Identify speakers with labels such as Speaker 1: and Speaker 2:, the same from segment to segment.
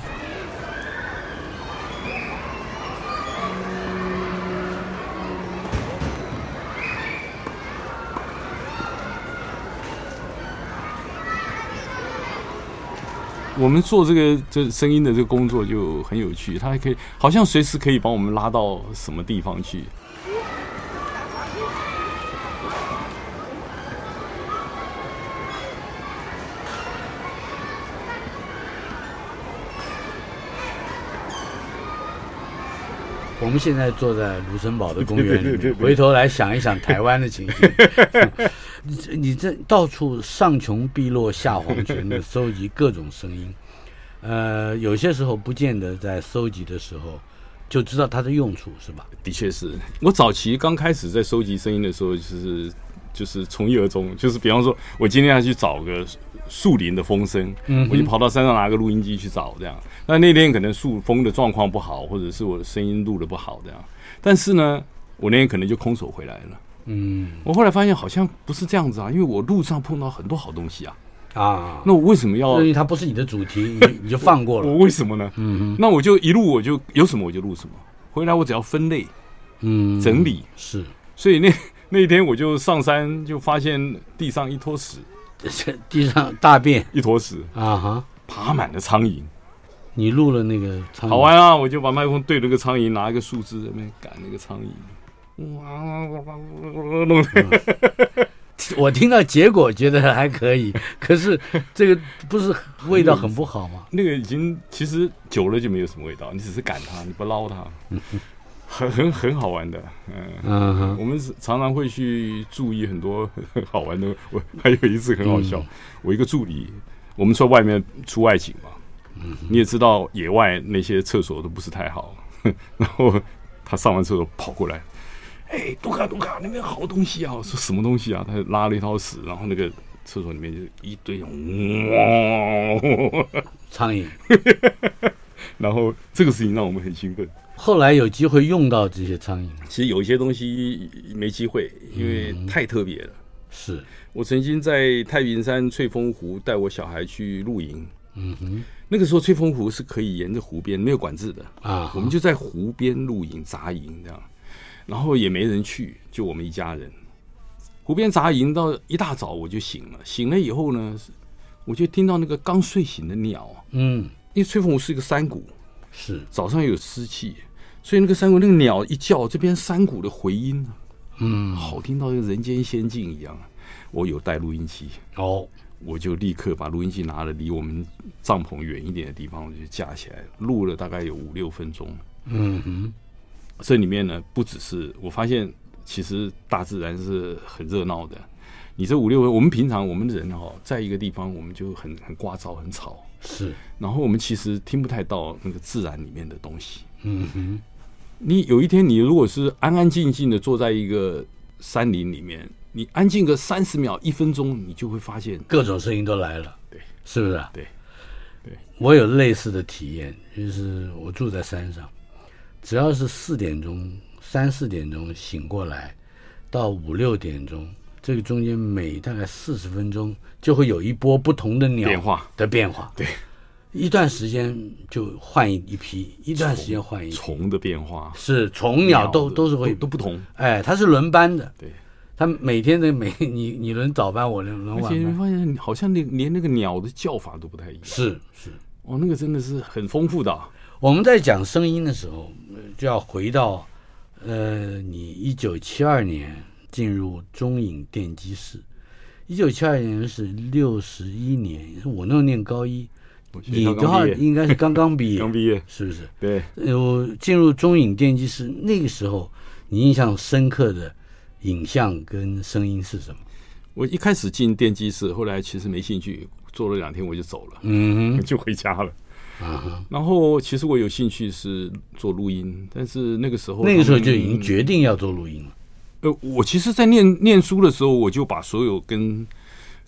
Speaker 1: 我们做这个这声音的这个工作就很有趣，它还可以好像随时可以把我们拉到什么地方去。
Speaker 2: 我们现在坐在卢森堡的公园里
Speaker 1: 对对对
Speaker 2: 面，
Speaker 1: 对对
Speaker 2: 回头来想一想台湾的情形。你这你这到处上穷碧落下黄泉的搜集各种声音，呃，有些时候不见得在搜集的时候就知道它的用处，是吧？
Speaker 1: 的确是我早期刚开始在收集声音的时候，就是就是从一而终，就是比方说，我今天要去找个树林的风声，
Speaker 2: 嗯哼
Speaker 1: 我就跑到山上拿个录音机去找这样。那那天可能树风的状况不好，或者是我的声音录的不好这样，但是呢，我那天可能就空手回来了。
Speaker 2: 嗯
Speaker 1: 我后来发现好像不是这样子啊，因为我路上碰到很多好东西啊，
Speaker 2: 啊，
Speaker 1: 那我为什么要
Speaker 2: 因为它不是你的主题，你你就放过了。
Speaker 1: 我为什么呢？嗯，那我就一路我就有什么我就录什么，回来我只要分类
Speaker 2: 嗯，
Speaker 1: 整理，
Speaker 2: 是
Speaker 1: 所以那 那一天我就上山就发现地上一坨屎，
Speaker 2: 这地上大便
Speaker 1: 一坨屎
Speaker 2: 啊哈，
Speaker 1: 爬满了苍蝇，
Speaker 2: 你录了那个苍蝇
Speaker 1: 好玩啊！我就把麦克风对那个苍蝇，拿一个树枝在那边赶那个苍蝇，哇哇哇哇哇弄得
Speaker 2: 我听到结果觉得还可以， 可是这个不是味道很不好吗？
Speaker 1: 那个已经其实久了就没有什么味道，你只是赶它，你不捞它，很很很好玩的。嗯，
Speaker 2: 嗯哼，
Speaker 1: 我们是常常会去注意很多 很好玩的。我还有一次很好笑，我一个助理，我们在外面出外景嘛，你也知道野外那些厕所都不是太好， 然后他上完厕所跑过来。哎，杜卡杜卡，那边好东西啊！我说什么东西啊？他就拉了一坨屎，然后那个厕所里面就一堆，哇，
Speaker 2: 苍蝇。
Speaker 1: 然后这个事情让我们很兴奋。
Speaker 2: 后来有机会用到这些苍蝇吗，
Speaker 1: 其实有一些东西没机会，因为太特别了。
Speaker 2: 是，
Speaker 1: 我曾经在太平山翠峰湖带我小孩去露营，
Speaker 2: 嗯哼，
Speaker 1: 那个时候翠峰湖是可以沿着湖边没有管制的，
Speaker 2: 啊，
Speaker 1: 我们就在湖边露营扎营这样，然后也没人去，就我们一家人。湖边扎营到一大早我就醒了，醒了以后呢，我就听到那个刚睡醒的鸟啊，
Speaker 2: 嗯，
Speaker 1: 因为翠峰湖是一个山谷，
Speaker 2: 是，
Speaker 1: 早上有湿气，所以那个山谷那个鸟一叫，这边山谷的回音啊，
Speaker 2: 嗯，
Speaker 1: 好听到一个人间仙境一样啊。我有带录音机，
Speaker 2: 哦，
Speaker 1: 我就立刻把录音机拿了离我们帐篷远一点的地方，我就架起来录了大概有五六分钟。
Speaker 2: 嗯哼，
Speaker 1: 这里面呢，不只是我发现，其实大自然是很热闹的。你这五六分，我们平常我们人哈、哦，在一个地方我们就很很聒噪、很吵，
Speaker 2: 是，
Speaker 1: 然后我们其实听不太到那个自然里面的东西。
Speaker 2: 嗯哼，
Speaker 1: 你有一天，你如果是安安静静的坐在一个山林里面，你安静个三十秒、一分钟，你就会发现，
Speaker 2: 各种声音都来了，
Speaker 1: 对，
Speaker 2: 是不是？
Speaker 1: 对，对，
Speaker 2: 我有类似的体验，就是我住在山上，只要是四点钟、三四点钟醒过来，到五六点钟，这个中间每大概四十分钟就会有一波不同的鸟
Speaker 1: 变化
Speaker 2: 的变化，
Speaker 1: 对，
Speaker 2: 一段时间就换一一批，一段时间换一批，
Speaker 1: 虫的变化，
Speaker 2: 是虫鸟
Speaker 1: 鸟
Speaker 2: 都
Speaker 1: 的
Speaker 2: 都是会
Speaker 1: 都不同，
Speaker 2: 哎，它是轮班的，
Speaker 1: 对，
Speaker 2: 它每天的每你你轮早班，我轮轮
Speaker 1: 而且
Speaker 2: 晚
Speaker 1: 你
Speaker 2: 班，
Speaker 1: 发现好像连连那个鸟的叫法都不太一样，
Speaker 2: 是是。
Speaker 1: 哦，那个真的是很丰富的啊、
Speaker 2: 我们在讲声音的时候，呃就要回到，呃，你一九七二年进入中影电机室，一九七二年是六十一年，我那时候念高一，
Speaker 1: 我学
Speaker 2: 你
Speaker 1: 校
Speaker 2: 的话
Speaker 1: 刚毕业，
Speaker 2: 应该是刚刚毕业，
Speaker 1: 刚毕业，
Speaker 2: 是不是？
Speaker 1: 对，
Speaker 2: 呃，我进入中影电机室那个时候，你印象深刻的影像跟声音是什么？
Speaker 1: 我一开始进电机室，后来其实没兴趣，做了两天我就走了，
Speaker 2: 嗯
Speaker 1: 就回家了。
Speaker 2: 哼啊哈，
Speaker 1: 然后其实我有兴趣是做录音，但是那个时候
Speaker 2: 那个时候就已
Speaker 1: 经
Speaker 2: 经决定要做录音了。
Speaker 1: 呃，我其实，在念念书的时候，我就把所有跟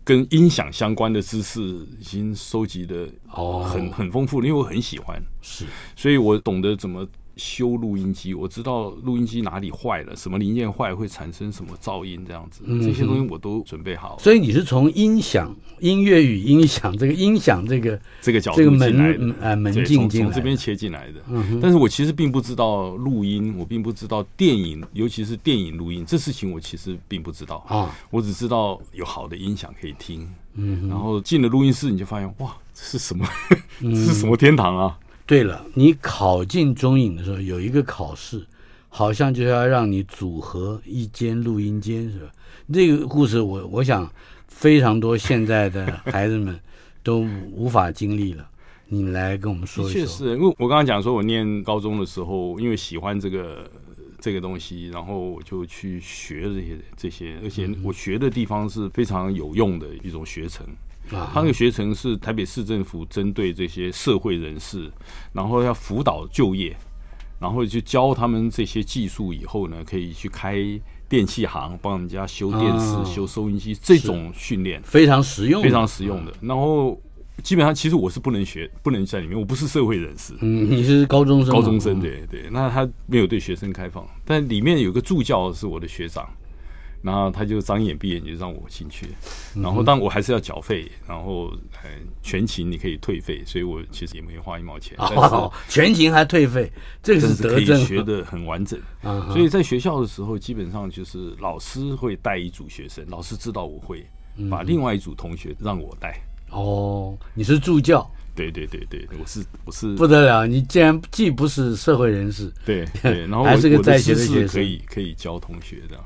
Speaker 1: 跟音响相关的知识已经收集的
Speaker 2: 哦
Speaker 1: 很很丰富了，因为我很喜欢，
Speaker 2: 是
Speaker 1: 所以我懂得怎么修录音机，我知道录音机哪里坏了，什么零件坏会产生什么噪音，这样子，
Speaker 2: 嗯
Speaker 1: 这些东西我都准备好。
Speaker 2: 所以你是从音响、音乐与音响这个音响这个
Speaker 1: 这个 角
Speaker 2: 这
Speaker 1: 度
Speaker 2: 个门
Speaker 1: 进来的，
Speaker 2: 嗯呃门
Speaker 1: 对
Speaker 2: 进
Speaker 1: 从
Speaker 2: 进
Speaker 1: 从
Speaker 2: 来
Speaker 1: 这边
Speaker 2: 的嗯
Speaker 1: 切进来的。但是我其实并不知道录音，我并不知道电影，尤其是电影录音这事情，我其实并不知道
Speaker 2: 啊
Speaker 1: 我只知道有好的音响可以听，嗯，然后进了录音室，你就发现哇，这是什么？这是什么天堂啊？
Speaker 2: 对了，你考进中影的时候有一个考试，好像就要让你组合一间录音间，是吧？这个故事我我想非常多现在的孩子 们都无法经历了。你来跟我们说
Speaker 1: 的
Speaker 2: 一
Speaker 1: 确
Speaker 2: 说，
Speaker 1: 是，因为我刚刚讲说，我念高中的时候，因为喜欢这个这个东西，然后我就去学这些这些，而
Speaker 2: 嗯
Speaker 1: 且我学的地方是非常有用的一种学程。
Speaker 2: 啊
Speaker 1: 他那个学程是台北市政府针对这些社会人士，然后要辅导就业，然后就教他们这些技术以后呢，可以去开电器行，帮人家修电视、
Speaker 2: 啊
Speaker 1: 修收音机这种训练。
Speaker 2: 非常实用，
Speaker 1: 非常实用的。然后基本上，其实我是不能学，不能在里面，我不是社会人士，
Speaker 2: 嗯，你是高中生吗，
Speaker 1: 高中生，对对。那他没有对学生开放，但里面有个助教是我的学长，然后他就张眼闭眼就让我进去，
Speaker 2: 嗯
Speaker 1: 然后但我还是要缴费，然后呃全勤你可以退费，所以我其实也没花一毛钱，但是
Speaker 2: 哦，全勤还退费， 这个
Speaker 1: 但
Speaker 2: 是
Speaker 1: 是可
Speaker 2: 德
Speaker 1: 以
Speaker 2: 政
Speaker 1: 学的很完整。
Speaker 2: 啊哈
Speaker 1: 所以在学校的时候，基本上就是老师会带一组学生，老师知道我会，
Speaker 2: 嗯
Speaker 1: 把另外一组同学让我带。
Speaker 2: 哦，你是助教，
Speaker 1: 对对对对，我是我是
Speaker 2: 不得了！你竟然既不是社会人士，
Speaker 1: 对对，然后
Speaker 2: 还
Speaker 1: 我
Speaker 2: 是个
Speaker 1: 我
Speaker 2: 在
Speaker 1: 的
Speaker 2: 学
Speaker 1: 知
Speaker 2: 的学
Speaker 1: 识
Speaker 2: 生嗯
Speaker 1: 可以可以教同学这样，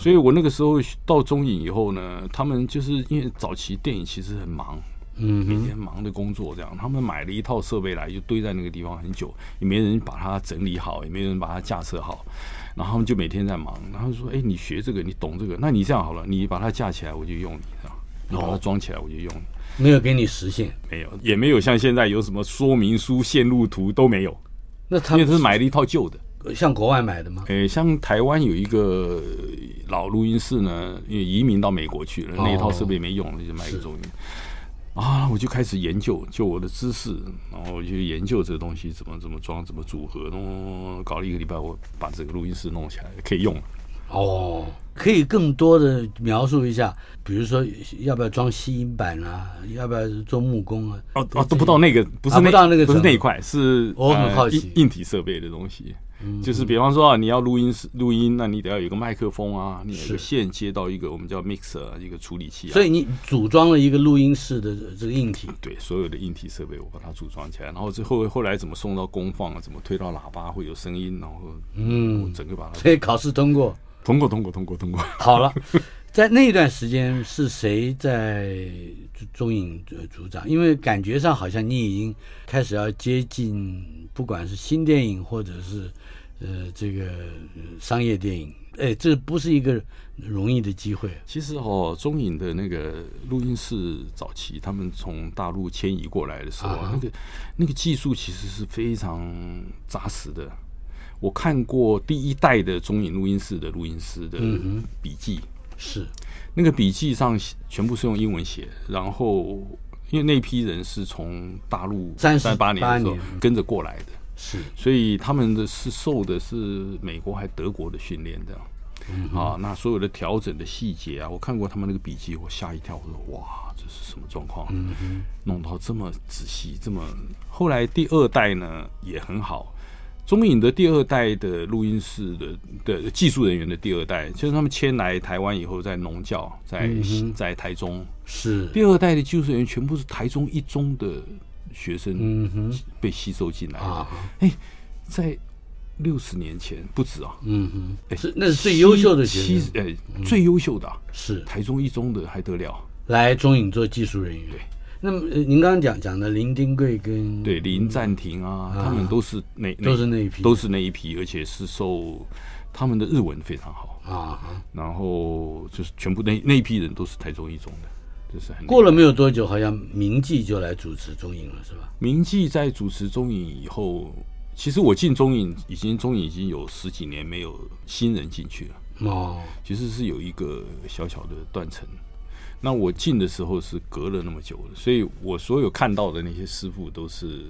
Speaker 1: 所以我那个时候到中影以后呢，他们就是因为早期电影其实很忙，
Speaker 2: 嗯
Speaker 1: 每天忙的工作这样，他们买了一套设备来就堆在那个地方很久，也没人把它整理好，也没人把它架设好，然后他们就每天在忙，然后说，哎，你学这个，你懂这个，那你这样好了，你把它架起来我就用你这样，你
Speaker 2: 哦
Speaker 1: 把它装起来我就用你，
Speaker 2: 没有给你实现，
Speaker 1: 没有也没有像现在有什么说明书、线路图都没有，
Speaker 2: 那他
Speaker 1: 因为
Speaker 2: 们
Speaker 1: 他是买了一套旧的。
Speaker 2: 向国外买的吗？
Speaker 1: 诶，像台湾有一个呃老录音室呢，因为移民到美国去
Speaker 2: 哦
Speaker 1: 了，那一套设备没用了，就买一个中音。啊，我就开始研究，就我的知识，然后我就研究这个东西怎么怎么装，怎么组合，弄弄弄弄搞了一个礼拜，我把这个录音室弄起来，可以用了。
Speaker 2: 哦，可以更多的描述一下，比如说要不要装吸音板啊，要不要做木工啊？
Speaker 1: 哦哦，都不到那个，不是
Speaker 2: 啊不到那个
Speaker 1: 不是
Speaker 2: 程度
Speaker 1: 那一块，是
Speaker 2: 我很
Speaker 1: 呃
Speaker 2: 好奇嗯
Speaker 1: 硬硬体设备的东西。就是比方说啊，你要录音室录音，那你得要有一个麦克风啊，你有一
Speaker 2: 是
Speaker 1: 个线接到一个我们叫 mixer 啊一个处理器啊，
Speaker 2: 所以你组装了一个录音室的这个硬体，
Speaker 1: 对，所有的硬体设备我把它组装起来，然后最后后来怎么送到功放啊，怎么推到喇叭会有声音，然后我
Speaker 2: 嗯，
Speaker 1: 整个把它
Speaker 2: 所以考试通过，
Speaker 1: 通过通过通过通过。
Speaker 2: 好了。在那段时间是谁在中影呃组长？因为感觉上好像你已经开始要接近，不管是新电影或者是呃这个呃商业电影，哎，这不是一个容易的机会。
Speaker 1: 其实哦，中影的那个录音室早期他们从大陆迁移过来的时候啊，那个那个技术其实是非常扎实的。我看过第一代的中影录音室的录音师的笔记，
Speaker 2: 是，
Speaker 1: 那个笔记上全部是用英文写，然后因为那批人是从大陆
Speaker 2: 38
Speaker 1: 八年嗯的时候
Speaker 2: 年
Speaker 1: 跟着过来的，
Speaker 2: 是
Speaker 1: 所以他们的是受的是美国还德国的训练的。
Speaker 2: 嗯
Speaker 1: 啊，那所有的调整的细节啊，我看过他们那个笔记，我吓一跳，我说哇，这是什么状况？
Speaker 2: 嗯
Speaker 1: 弄到这么仔细，这么……后来第二代呢也很好，中影的第二代的录音室的的技术人员的第二代，就是他们迁来台湾以后，在农教，在、
Speaker 2: 嗯
Speaker 1: 在台中，
Speaker 2: 是，
Speaker 1: 第二代的技术人员全部是台中一中的学生
Speaker 2: 嗯哼
Speaker 1: 被吸收进来的。
Speaker 2: 啊，
Speaker 1: 在六十年前不止啊，
Speaker 2: 嗯哼，
Speaker 1: 哎
Speaker 2: 是那是最优秀的学
Speaker 1: 七
Speaker 2: 生，嗯
Speaker 1: 呃最优秀的啊、
Speaker 2: 是
Speaker 1: 台中一中的还得了？啊
Speaker 2: 来中影做技术人员。
Speaker 1: 对，
Speaker 2: 那么呃您刚刚讲讲的林丁贵跟
Speaker 1: 对，林占廷啊，他们都是那那
Speaker 2: 嗯都是那一批，
Speaker 1: 都是那一批，而且是受他们的日文非常好，
Speaker 2: 啊。
Speaker 1: 然后就是全部那那一批人都是台中一中的，这是很
Speaker 2: 过了没有多久，好像明记就来主持中影了，是吧？
Speaker 1: 明记在主持中影以后。其实我进中影已经中影已经有十几年没有新人进去了，
Speaker 2: 哦，
Speaker 1: 其实是有一个小小的断层。那我进的时候是隔了那么久了，所以我所有看到的那些师傅都是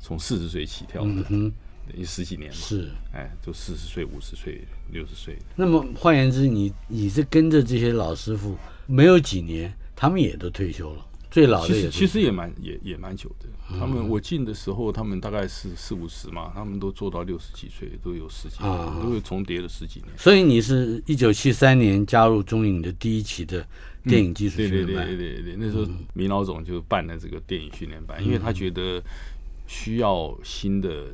Speaker 1: 从四十岁起跳的，
Speaker 2: 嗯，
Speaker 1: 等于十几年嘛，
Speaker 2: 是。
Speaker 1: 哎，都四十岁、五十岁、六十岁的。
Speaker 2: 那么换言之，你你是跟着这些老师傅，没有几年，他们也都退休了，最老
Speaker 1: 其
Speaker 2: 的也嗯
Speaker 1: 实
Speaker 2: 都
Speaker 1: 其实也蛮也也蛮久的。他们我进的时候，他们大概是四五十嘛，他们都做到六十几岁，都有十几
Speaker 2: 啊
Speaker 1: 年，都有重叠了十几年。
Speaker 2: 所以你是一九七三年加入中影的第一期的电影技术
Speaker 1: 对对
Speaker 2: 训
Speaker 1: 嗯对
Speaker 2: 练班，
Speaker 1: 对对对，那时候明老总就办了这个电影训练班，因为他觉得需要新的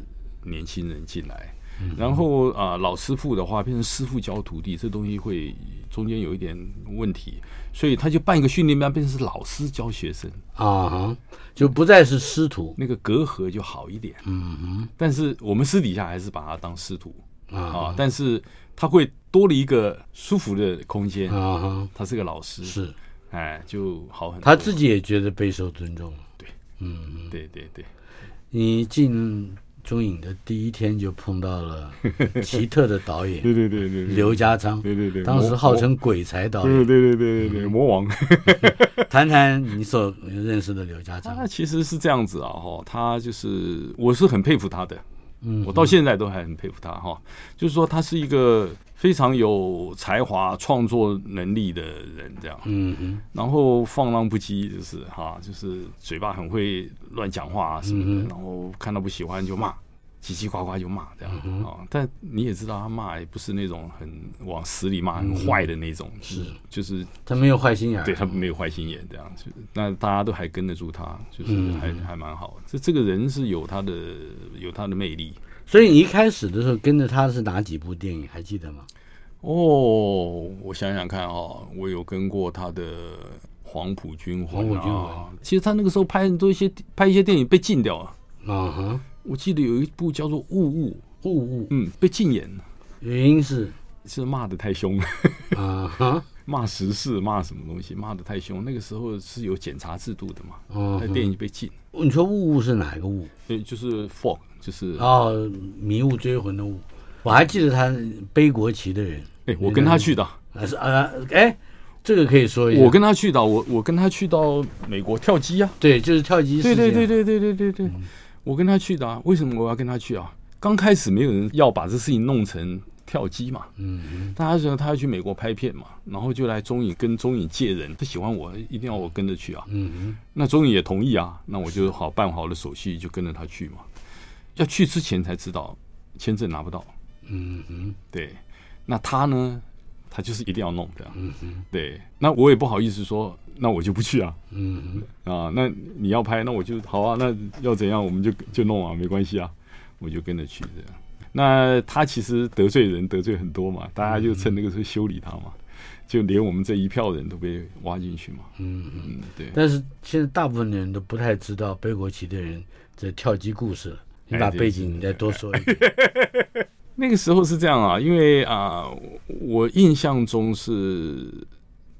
Speaker 1: 年轻人进来。然后啊、老师傅的话变成师傅教徒弟，这东西会中间有一点问题，所以他就办一个训练班，变成是老师教学生，
Speaker 2: 啊哈，就不再是师徒
Speaker 1: 那个隔阂就好一点。嗯哼。但是我们私底下还是把他当师徒
Speaker 2: 嗯
Speaker 1: 啊，但是他会多了一个舒服的空间。
Speaker 2: 啊哈，
Speaker 1: 他是个老师，
Speaker 2: 是
Speaker 1: 哎，就好很多。
Speaker 2: 他自己也觉得备受尊重了。
Speaker 1: 对对对。
Speaker 2: 你进中影的第一天就碰到了奇特的导演
Speaker 1: 对对对对，对
Speaker 2: 刘家昌，
Speaker 1: 嗯对对对
Speaker 2: 当时
Speaker 1: 我
Speaker 2: 号称鬼才导
Speaker 1: 对
Speaker 2: 演，
Speaker 1: 对对对对
Speaker 2: 嗯
Speaker 1: 对，魔王。嗯
Speaker 2: 谈谈你所认识的刘家昌
Speaker 1: 啊他。其实是这样子啊，哈，他就是我是很佩服他的，
Speaker 2: 嗯
Speaker 1: 我到现在都还很佩服他哈。就是说，他是一个非常有才华、创作能力的人，这样。
Speaker 2: 嗯嗯
Speaker 1: 然后放浪不羁，就是哈，就是嘴巴很会乱讲话啊什么
Speaker 2: 嗯
Speaker 1: 的，然后看到不喜欢就骂，叽叽呱呱就骂这样
Speaker 2: 嗯
Speaker 1: 啊。但你也知道，他骂也不是那种很往死里骂、很
Speaker 2: 嗯
Speaker 1: 坏的那种，是就是
Speaker 2: 他没有坏心眼儿，
Speaker 1: 对他没有坏心眼这样，就是那大家都还跟得住他，就是
Speaker 2: 嗯
Speaker 1: 还还蛮好。这这个人是有他的有他的魅力
Speaker 2: 所以你一开始的时候跟着他是哪几部电影还记得吗？
Speaker 1: 哦。我想想看哦，我有跟过他的。黄埔军魂、啊，
Speaker 2: 黄埔军魂
Speaker 1: 其实他那个时候拍很多一些拍一些电影被禁掉了，
Speaker 2: 啊哈，
Speaker 1: 我记得有一部叫做《雾雾》，
Speaker 2: 雾雾，
Speaker 1: 嗯，被禁演，
Speaker 2: 原因是
Speaker 1: 是骂的太凶了，
Speaker 2: 啊哈，
Speaker 1: 骂时事，骂什么东西，骂的太凶。那个时候是有检查制度的嘛，
Speaker 2: 嗯
Speaker 1: 那电影就被禁，
Speaker 2: 你说雾雾是哪一个雾？
Speaker 1: 对，就是 fog，就是，
Speaker 2: 哦，迷雾追魂的雾，我还记得他背国旗的人，
Speaker 1: 哎，我跟他去的，
Speaker 2: 啊是啊哎，这个可以说一下，
Speaker 1: 我跟他去的，我我跟他去到美国跳机啊，
Speaker 2: 对就是跳级事
Speaker 1: 对
Speaker 2: 件，
Speaker 1: 对对对对对对对，我跟他去的啊，为什么我要跟他去啊？刚开始没有人要把这事情弄成跳机嘛，
Speaker 2: 嗯，
Speaker 1: 大家觉得他要去美国拍片嘛，然后就来中影跟中影借人，他喜欢我，一定要我跟着去啊，
Speaker 2: 嗯嗯
Speaker 1: 那中影也同意啊，那我就好办好了手续，就跟着他去嘛。要去之前才知道签证拿不到，
Speaker 2: 嗯嗯
Speaker 1: 对。那他呢，他就是一定要弄的，对。那我也不好意思说，那我就不去啊
Speaker 2: 嗯嗯，
Speaker 1: 啊。那你要拍，那我就好啊。那要怎样，我们就就弄啊，没关系啊，我就跟着去这样。那他其实得罪人得罪很多嘛，大家就趁
Speaker 2: 嗯
Speaker 1: 那个时候修理他嘛，就连我们这一票人都被挖进去嘛。
Speaker 2: 嗯
Speaker 1: 嗯，对。
Speaker 2: 但是现在大部分的人都不太知道背国旗的人的跳级故事了。你把
Speaker 1: 哎对
Speaker 2: 背景你再多说一点，
Speaker 1: 那个时候是这样啊，因为啊、我印象中是，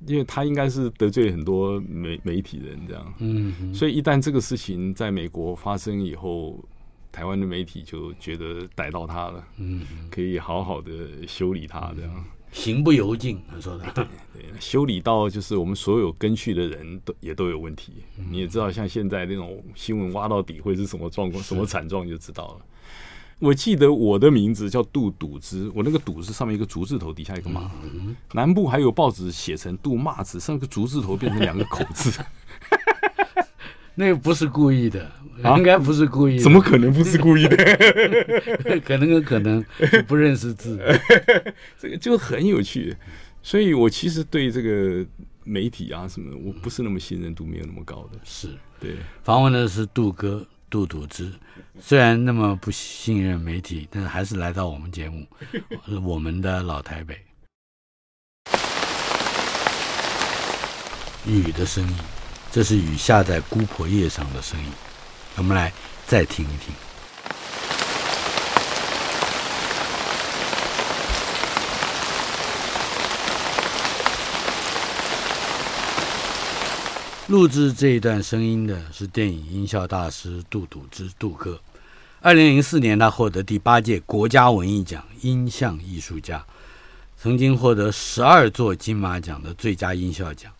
Speaker 1: 因为他应该是得罪很多媒媒体人这样，
Speaker 2: 嗯哼，
Speaker 1: 所以一旦这个事情在美国发生以后，台湾的媒体就觉得逮到他了，
Speaker 2: 嗯，
Speaker 1: 可以好好的修理他这样，
Speaker 2: 行不由径，他说的，
Speaker 1: 对，修理到就是我们所有跟去的人都也都有问题，你也知道，像现在那种新闻挖到底会是什么状况、什么惨状就知道了。我记得我的名字叫杜笃之，我那个笃是上面一个竹字头，底下一个马。
Speaker 2: 嗯
Speaker 1: 南部还有报纸写成杜骂字，上面个竹字头变成两个口 字，
Speaker 2: 那个不是故意的，
Speaker 1: 啊
Speaker 2: 应该不是故意的，
Speaker 1: 怎么可能不是故意的？
Speaker 2: 可能有可能是不认识字，
Speaker 1: 这个就很有趣。所以我其实对这个媒体啊什么的，我不是那么信任度没有那么高的。
Speaker 2: 是
Speaker 1: 对，
Speaker 2: 访问的是杜哥杜笃之，虽然那么不信任媒体，但是还是来到我们节目， 我们的老台北。雨的声音，这是雨下在姑婆叶上的声音，我们来再听一听。录制这一段声音的是电影音效大师杜笃之杜哥。二零零四年，他获得第八届国家文艺奖音像艺术家，曾经获得十二座金马奖的最佳音效奖，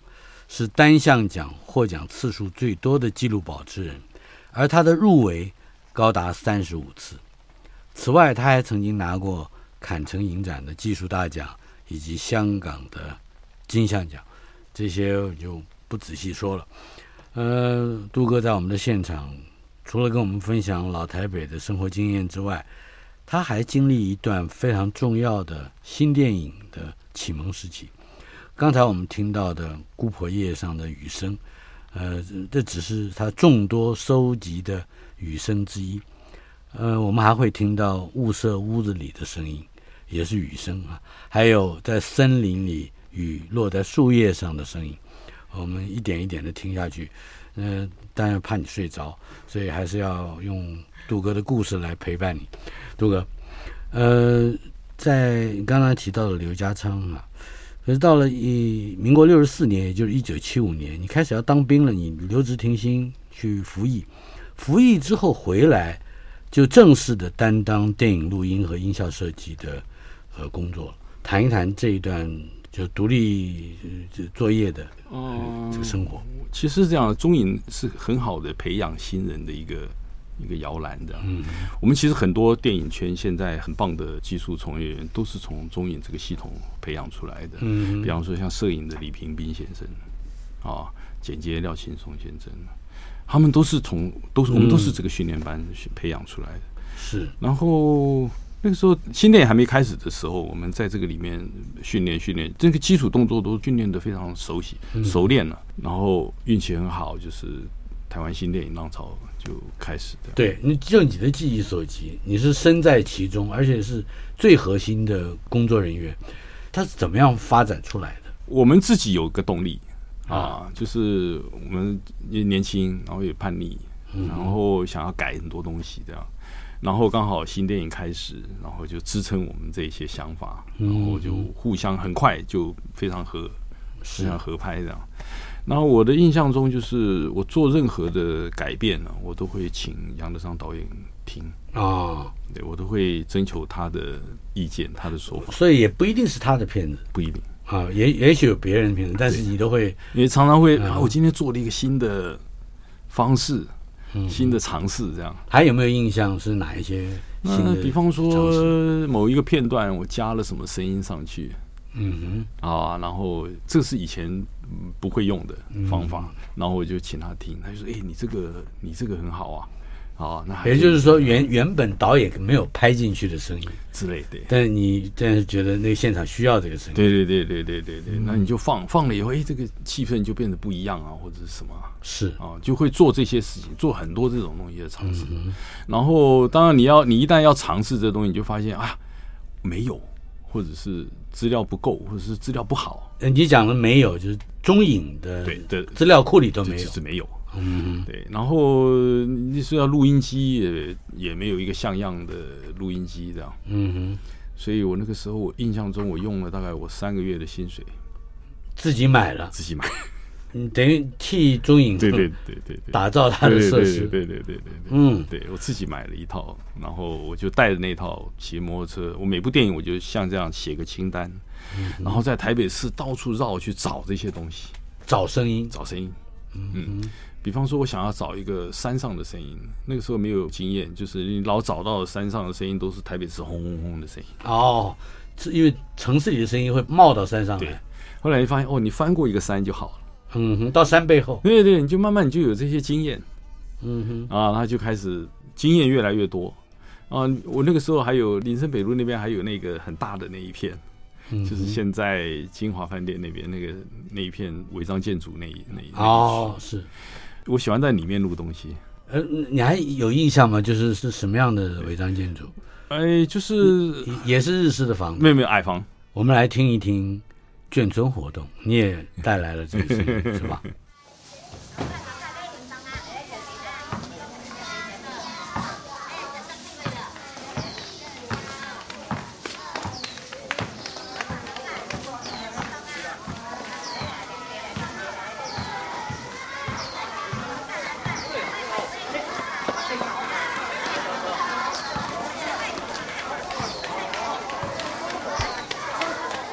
Speaker 2: 是单项奖获奖次数最多的纪录保持人，而他的入围高达三十五次。此外，他还曾经拿过坎城影展的技术大奖以及香港的金像奖。这些我就不仔细说了。呃，杜哥在我们的现场，除了跟我们分享老台北的生活经验之外，他还经历一段非常重要的新电影的启蒙时期。刚才我们听到的《姑婆夜上的雨声》，呃，这只是他众多收集的雨声之一。呃，我们还会听到雾社屋子里的声音，也是雨声啊，还有在森林里雨落在树叶上的声音。我们一点一点的听下去，嗯、呃，当然怕你睡着，所以还是要用杜哥的故事来陪伴你。杜哥，呃，在刚刚提到的刘家昌啊，可是到了一民国六十四年，也就是一九七五年，你开始要当兵了，你留职停薪去服役，服役之后回来，就正式的担当电影录音和音效设计的呃工作了。谈一谈这一段就独立呃这作业的呃
Speaker 1: 哦
Speaker 2: 这个生活。
Speaker 1: 其实是这样，中影是很好的培养新人的一个一个摇篮的。嗯，我们其实很多电影圈现在很棒的技术从业员都是从中影这个系统培养出来的。嗯，比方说像摄影的李平斌先生，啊，剪接廖青松先生，他们都是从都是我们都是这个训练班培养出来的。
Speaker 2: 是
Speaker 1: 然后那个时候新电影还没开始的时候，我们在这个里面训练训练，这个基础动作都训练的非常熟悉、熟练了。然后运气很好，就是台湾新电影浪潮就开始的。
Speaker 2: 对，你就你的记忆所及，你是身在其中，而且是最核心的工作人员，他是怎么样发展出来的？
Speaker 1: 我们自己有个动力啊，就是我们也年轻，然后也叛逆，然后想要改很多东西这样。然后刚好新电影开始，然后就支撑我们这一些想法，然后就互相很快就非常合，非常合拍这样。然后我的印象中就是，我做任何的改变呢、我都会请杨德昌导演听，
Speaker 2: 哦，
Speaker 1: 对我都会征求他的意见，他的说法
Speaker 2: 所以也不一定是他的片子
Speaker 1: 不一定。
Speaker 2: 啊，也也许有别人的片子，但是你都会
Speaker 1: 因为常
Speaker 2: 嗯
Speaker 1: 常会啊，我今天做了一个新的方式，
Speaker 2: 嗯
Speaker 1: 新的尝试，这样。
Speaker 2: 还有没有印象是哪一些新
Speaker 1: 那
Speaker 2: 的？
Speaker 1: 比方
Speaker 2: 尝试
Speaker 1: 说某一个片段，我加了什么声音上去，嗯哼，啊，然后这是以前嗯不会用的方法，
Speaker 2: 嗯
Speaker 1: 然后我就请他听，他就说：“哎、你这个你这个很好啊，啊，那还
Speaker 2: 也就是说原，原本导演没有拍进去的声音，
Speaker 1: 之类的。”
Speaker 2: 但是你但是觉得那个现场需要这个声音，
Speaker 1: 对对对对对对对，那你就放放了以后，哎，这个气氛就变得不一样啊，或者是什么啊、
Speaker 2: 是
Speaker 1: 啊，就会做这些事情，做很多这种东西的尝试。
Speaker 2: 嗯
Speaker 1: 然后，当然你要，你一旦要尝试这东西，你就发现啊，没有，或者是资料不够，或者是资料不好，
Speaker 2: 呃你讲的没有，就是中影的
Speaker 1: 对对
Speaker 2: 资料库里都没有
Speaker 1: 就，是没有。嗯，对。然后你说要录音机也也没有一个像样的录音机这样。
Speaker 2: 嗯
Speaker 1: 所以我那个时候，我印象中我用了大概我三个月的薪水
Speaker 2: 哼，自己买了，
Speaker 1: 自己 买。
Speaker 2: 你等于替中影
Speaker 1: 对对对对对。
Speaker 2: 打造它的设施，
Speaker 1: 对对对对对对对，
Speaker 2: 嗯
Speaker 1: 对我自己买了一套，然后我就带着那套骑摩托车，我每部电影我就像这样写个清单，
Speaker 2: 嗯
Speaker 1: 然后在台北市到处绕去找这些东西，
Speaker 2: 找声音，
Speaker 1: 找声音，嗯。比方说，我想要找一个山上的声音，那个时候没有经验，就是你老找到的山上的声音都是台北市轰轰轰的声音。
Speaker 2: 哦，是因为城市里的声音会冒到山上
Speaker 1: 对
Speaker 2: 来，，
Speaker 1: 后来你发现哦，你翻过一个山就好了。
Speaker 2: 嗯哼，到山背后，
Speaker 1: 对对，你就慢慢你就有这些经验，
Speaker 2: 嗯哼，
Speaker 1: 啊，他就开始经验越来越多。啊，我那个时候还有林森北路那边还有那个很大的那一片，
Speaker 2: 嗯
Speaker 1: 就是现在金华饭店那边那个那一片违章建筑那一那一。
Speaker 2: 哦，是，
Speaker 1: 我喜欢在里面录东西。
Speaker 2: 呃，你还有印象吗？就是是什么样的违章建筑？
Speaker 1: 哎，就是
Speaker 2: 也是日式的房子。
Speaker 1: 没有没有矮房，
Speaker 2: 我们来听一听眷村活动，你也带来了这个声音是 吧？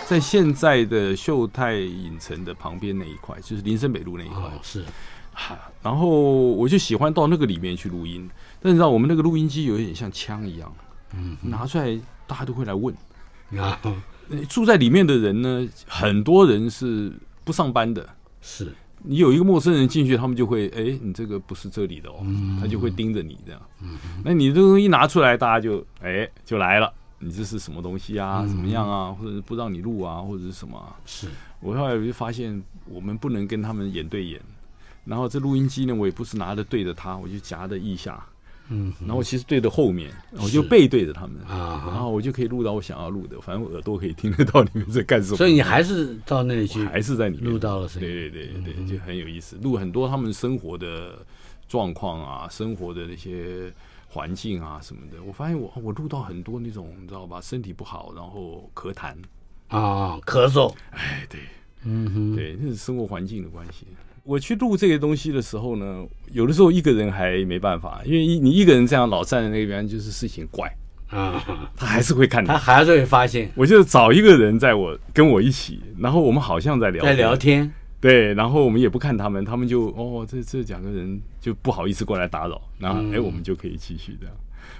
Speaker 1: 在现在的秀泰影城的旁边那一块，就是林森北路那一块。
Speaker 2: 哦，是，
Speaker 1: 然后我就喜欢到那个里面去录音，但你知道我们那个录音机有一点像枪一样，嗯，拿出来大家都会来问。
Speaker 2: 然后
Speaker 1: 呃住在里面的人呢，很多人是不上班的。
Speaker 2: 是
Speaker 1: 你有一个陌生人进去，他们就会，哎，你这个不是这里的哦，他就会盯着你这样。那你这个东西拿出来，大家就，哎，就来了。你这是什么东西啊？怎么样啊？或者是不让你录啊，或者是什么、啊？
Speaker 2: 是，
Speaker 1: 我后来我就发现，我们不能跟他们眼对眼。然后这录音机呢，我也不是拿着对着他，我就夹着腋下，
Speaker 2: 嗯，
Speaker 1: 然后其实对着后面，我就背对着他们，
Speaker 2: 啊哈
Speaker 1: 然后我就可以录到我想要录的，反正我耳朵可以听得到你们在干什么。
Speaker 2: 所以你还是到那里去
Speaker 1: 还是在里面
Speaker 2: 录到了声音嗯
Speaker 1: 对对对对，就很有意思，录很多他们生活的状况啊，生活的那些环境啊什么的。我发现我我录到很多那种你知道吧，身体不好，然后咳痰，
Speaker 2: 啊，咳嗽，
Speaker 1: 哎，对，嗯哼，对，那是生活环境的关系。我去录这个东西的时候呢，有的时候一个人还没办法，因为一你一个人这样老站在那边，就是事情怪，
Speaker 2: 啊，
Speaker 1: 他还是会看你
Speaker 2: 他。还是会发现，
Speaker 1: 我就找一个人在我跟我一起，然后我们好像在聊
Speaker 2: 在聊天，
Speaker 1: 对，然后我们也不看他们，他们就哦，这这两个人就不好意思过来打扰，然后哎、我们就可以继续这样。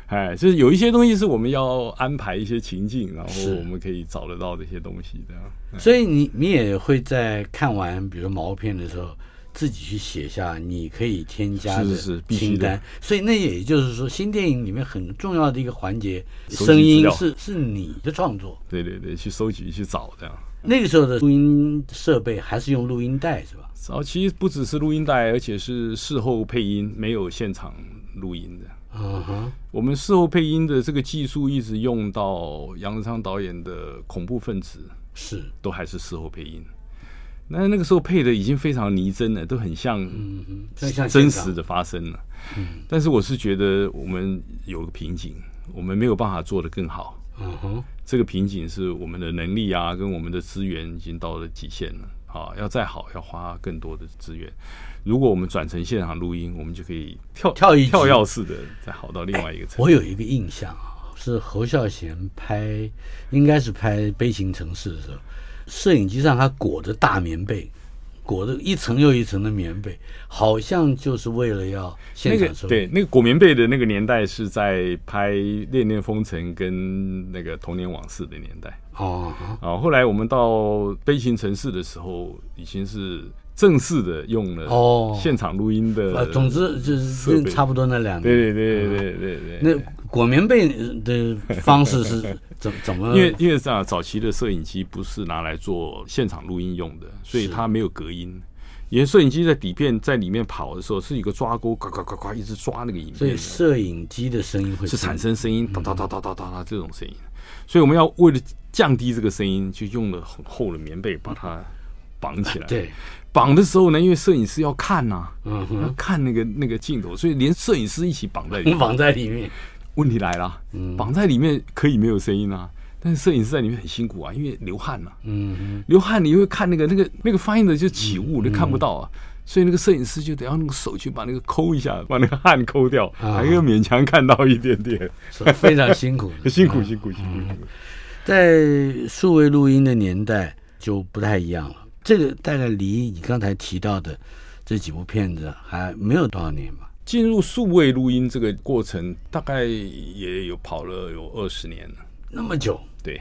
Speaker 1: 哎，就是有一些东西是我们要安排一些情境，然后
Speaker 2: 是
Speaker 1: 我们可以找得到这些东西这样。
Speaker 2: 所以你你也会在看完比如毛片的时候，自己去写下你可以添加
Speaker 1: 是是是必须的
Speaker 2: 清单。所以那也就是说，新电影里面很重要的一个环节，
Speaker 1: 收集
Speaker 2: 声
Speaker 1: 资
Speaker 2: 音
Speaker 1: 料
Speaker 2: 是是你的创作。
Speaker 1: 对对对，去收集去找这样。
Speaker 2: 那个时候的录音设备还是用录音带是吧？
Speaker 1: 早期不只是录音带，而且是事后配音，没有现场录音的。
Speaker 2: 嗯哼，
Speaker 1: 我们事后配音的这个技术一直用到杨德昌导演的《恐怖分子》，
Speaker 2: 是
Speaker 1: 都还是事后配音。那那个时候配的已经非常拟真了，都很像
Speaker 2: 像像
Speaker 1: 真
Speaker 2: 嗯现场嗯
Speaker 1: 实的发生了。但是我是觉得我们有个瓶颈，我们没有办法做得更好。
Speaker 2: 嗯哼，
Speaker 1: 这个瓶颈是我们的能力啊，跟我们的资源已经到了极限了。啊，要再好，要花更多的资源。如果我们转成现场录音，我们就可以跳
Speaker 2: 跳一级
Speaker 1: 跳跃式的再好到另外一个层。
Speaker 2: 我有一个印象啊，是侯孝贤拍，应该是拍《悲情城市》的时候，摄影机上还裹着大棉被，裹着一层又一层的棉被，好像就是为了要
Speaker 1: 那
Speaker 2: 现
Speaker 1: 个
Speaker 2: 场收。
Speaker 1: 对，那个裹棉被的那个年代是在拍《恋恋风尘》跟那个《童年往事》的年代
Speaker 2: 哦，
Speaker 1: 啊。后来我们到《悲情城市》的时候，已经是正式的用了
Speaker 2: 哦
Speaker 1: 现场录音的。
Speaker 2: 呃，总之就
Speaker 1: 设
Speaker 2: 是
Speaker 1: 备
Speaker 2: 差不多那两年。
Speaker 1: 对对对对对对
Speaker 2: 那裹棉被的方式是怎 怎么？
Speaker 1: 因为因为这样，早期的摄影机不是拿来做现场录音用的，所以它没有隔音。因为摄影机在底片在里面跑的时候，是一个抓钩，呱呱呱呱一直抓那个影
Speaker 2: 所以嗯
Speaker 1: 片，
Speaker 2: 摄影机的声音会
Speaker 1: 是产生声音，哒哒哒哒哒哒哒这种声音。所以我们要为了降低这个声音，就用了很厚的棉被把它绑起来。，
Speaker 2: 嗯对，
Speaker 1: 绑的时候呢，因为摄影师要看呐、
Speaker 2: 嗯
Speaker 1: 要
Speaker 2: 哼，
Speaker 1: 看那个那个镜头，所以连摄影师一起绑在里面。
Speaker 2: 绑在里面。
Speaker 1: 问题来了，
Speaker 2: 嗯
Speaker 1: 绑在里面可以没有声音啊，但是摄影师在里面很辛苦啊，因为流汗呐、
Speaker 2: 嗯哼，
Speaker 1: 流汗你会看那个那个那个翻译的就起雾，你看不到啊。所以那个摄影师就得要用手去把那个抠一下，把那个汗抠掉，
Speaker 2: 啊
Speaker 1: 还要勉强看到一点 点，
Speaker 2: 是非常辛苦的，
Speaker 1: 辛苦辛苦辛苦
Speaker 2: 嗯
Speaker 1: 辛苦。
Speaker 2: 在数位录音的年代就不太一样了。这个大概离你刚才提到的这几部片子还没有多少年吧？
Speaker 1: 进入数位录音这个过程，大概也有跑了有二十年了，
Speaker 2: 那么久，
Speaker 1: 对，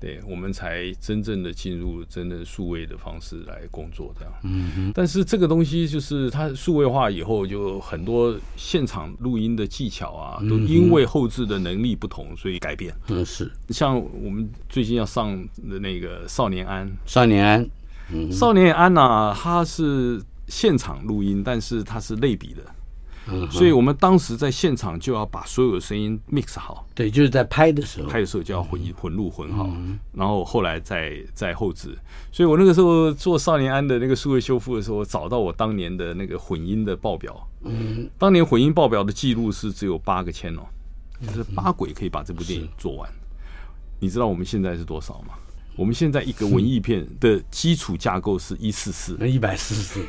Speaker 1: 对，我们才真正的进入真正数位的方式来工作这样。
Speaker 2: 嗯哼，
Speaker 1: 但是这个东西就是它数位化以后，就很多现场录音的技巧啊，都因为后置的能力不同，所以改变。
Speaker 2: 嗯是
Speaker 1: 像我们最近要上的那个《少年安》，
Speaker 2: 少年安，嗯
Speaker 1: 少年安》呐，它是现场录音，但是它是类比的，
Speaker 2: 嗯哼，
Speaker 1: 所以我们当时在现场就要把所有声音 mix 好，
Speaker 2: 对，就是在拍的时候，
Speaker 1: 拍的时候就要混混录混好，然后后来再再后置。所以我那个时候做少年安的那个数位修复的时候，我找到我当年的那个混音的报表。嗯，当年混音报表的记录是只有八个千哦，就是八轨可以把这部电影做完。你知道我们现在是多少吗？我们现在一个文艺片的基础架构是一四四，
Speaker 2: 那一百四十 四，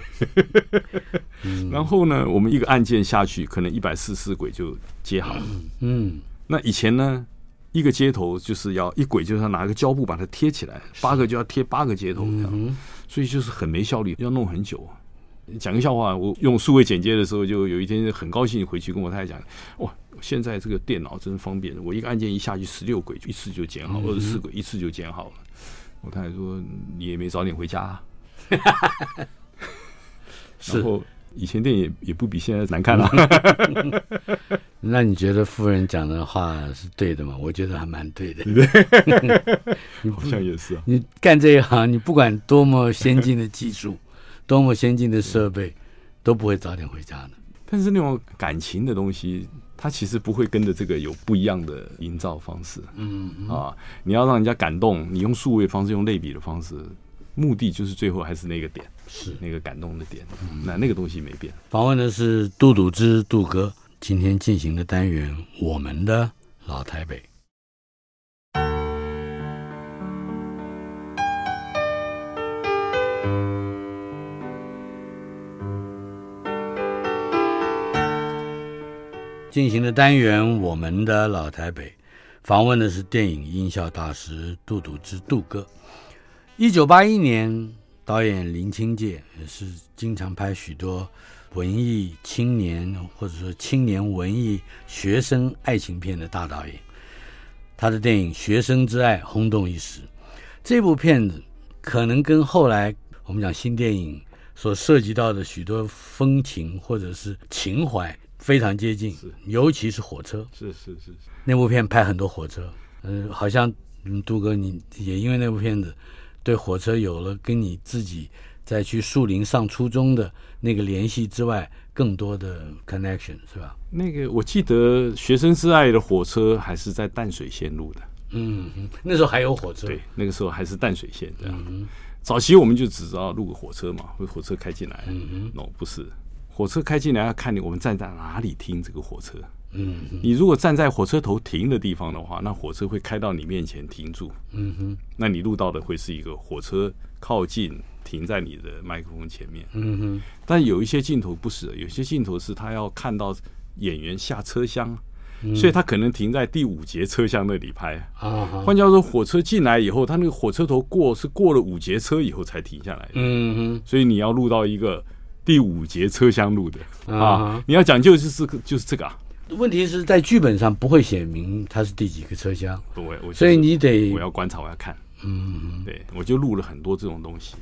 Speaker 1: 然后呢，我们一个按键下去，可能一百四十四轨就接好了。
Speaker 2: 嗯，
Speaker 1: 那以前呢，一个接头就是要一轨，就是要拿个胶布把它贴起来，八个就要贴八个接头这样，所以就是很没效率，要弄很久啊。讲个笑话，我用数位剪接的时候，就有一天很高兴回去跟我太太讲，哇，现在这个电脑真方便，我一个按键一下去，十六轨就一次就剪好，二十四轨一次就剪好了。我太太说你也没早点回家、啊，然
Speaker 2: 是。
Speaker 1: 后以前电影也也不比现在难看了、啊
Speaker 2: 那你觉得夫人讲的话是对的吗？我觉得还蛮对 的。
Speaker 1: 好像也是啊。
Speaker 2: 你干这一行，你不管多么先进的技术，多么先进的设备，都不会早点回家的。
Speaker 1: 但是那种感情的东西，它其实不会跟着这个有不一样的营造方式。嗯啊，你要让人家感动，你用数位方式，用类比的方式，目的就是最后还是那嗯个点，
Speaker 2: 是
Speaker 1: 那个感动的点。那那个东西没变。
Speaker 2: 访问的是杜笃之杜哥，今天进行的单元《我们的老台北》。进行的单元《我们的老台北》，访问的是电影音效大师杜笃之杜哥。一九八一年，导演林清介也是经常拍许多文艺青年或者说青年文艺学生爱情片的大导演。他的电影《学生之爱》轰动一时，这部片子可能跟后来我们讲新电影所涉及到的许多风情或者是情怀非常接近，尤其是火车。
Speaker 1: 是是是，是
Speaker 2: 那部片拍很多火车，嗯、好像嗯，杜哥你也因为那部片子，对火车有了跟你自己在去树林上初中的那个联系之外，更多的 connection 是吧？
Speaker 1: 那个我记得《学生之爱》的火车还是在淡水线路的，
Speaker 2: 嗯，嗯那时候还有火车，嗯
Speaker 1: 对，那个时候还是淡水线的。早期我们就只知道路过火车嘛，会火车开进来。嗯 n o 不是，火车开进来要看你我们站在哪里听这个火车。
Speaker 2: 嗯
Speaker 1: 你如果站在火车头停的地方的话，那火车会开到你面前停住。
Speaker 2: 嗯哼，
Speaker 1: 那你录到的会是一个火车靠近停在你的麦克风前面。
Speaker 2: 嗯哼，
Speaker 1: 但有一些镜头不是，有些镜头是他要看到演员下车厢，
Speaker 2: 嗯
Speaker 1: 所以他可能停在第五节车厢那里拍。
Speaker 2: 啊哈，
Speaker 1: 换句话说，火车进来以后，他那个火车头过是过了五节车以后才停下来的，
Speaker 2: 嗯哼，
Speaker 1: 所以你要录到一个第五节车厢录的
Speaker 2: 啊
Speaker 1: 啊，你要讲究就是这个，就是这个啊。
Speaker 2: 问题是在剧本上不会写明它是第几个车厢，
Speaker 1: 我我就是
Speaker 2: 所以你得
Speaker 1: 我要观察，我要看，
Speaker 2: 嗯
Speaker 1: 对我就录了很多这种东西。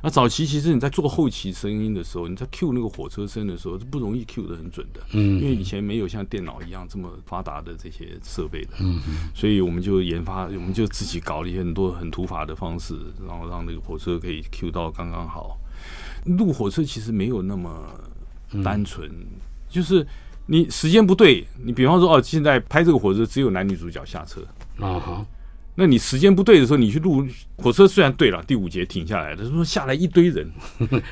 Speaker 1: 那早期其实你在做后期声音的时候，你在 Q 那个火车声的时候是不容易 Q 的很准的，
Speaker 2: 嗯
Speaker 1: 因为以前没有像电脑一样这么发达的这些设备的，嗯，所以我们就研发，我们就自己搞了一些很多很土法的方式，然后让那个火车可以 Q 到刚刚好。录火车其实没有那么单纯，
Speaker 2: 嗯
Speaker 1: 就是你时间不对，你比方说哦，现在拍这个火车只有男女主角下车，
Speaker 2: 啊哈，
Speaker 1: 那你时间不对的时候，你去录火车，虽然对了，第五节停下来的，说下来一堆人，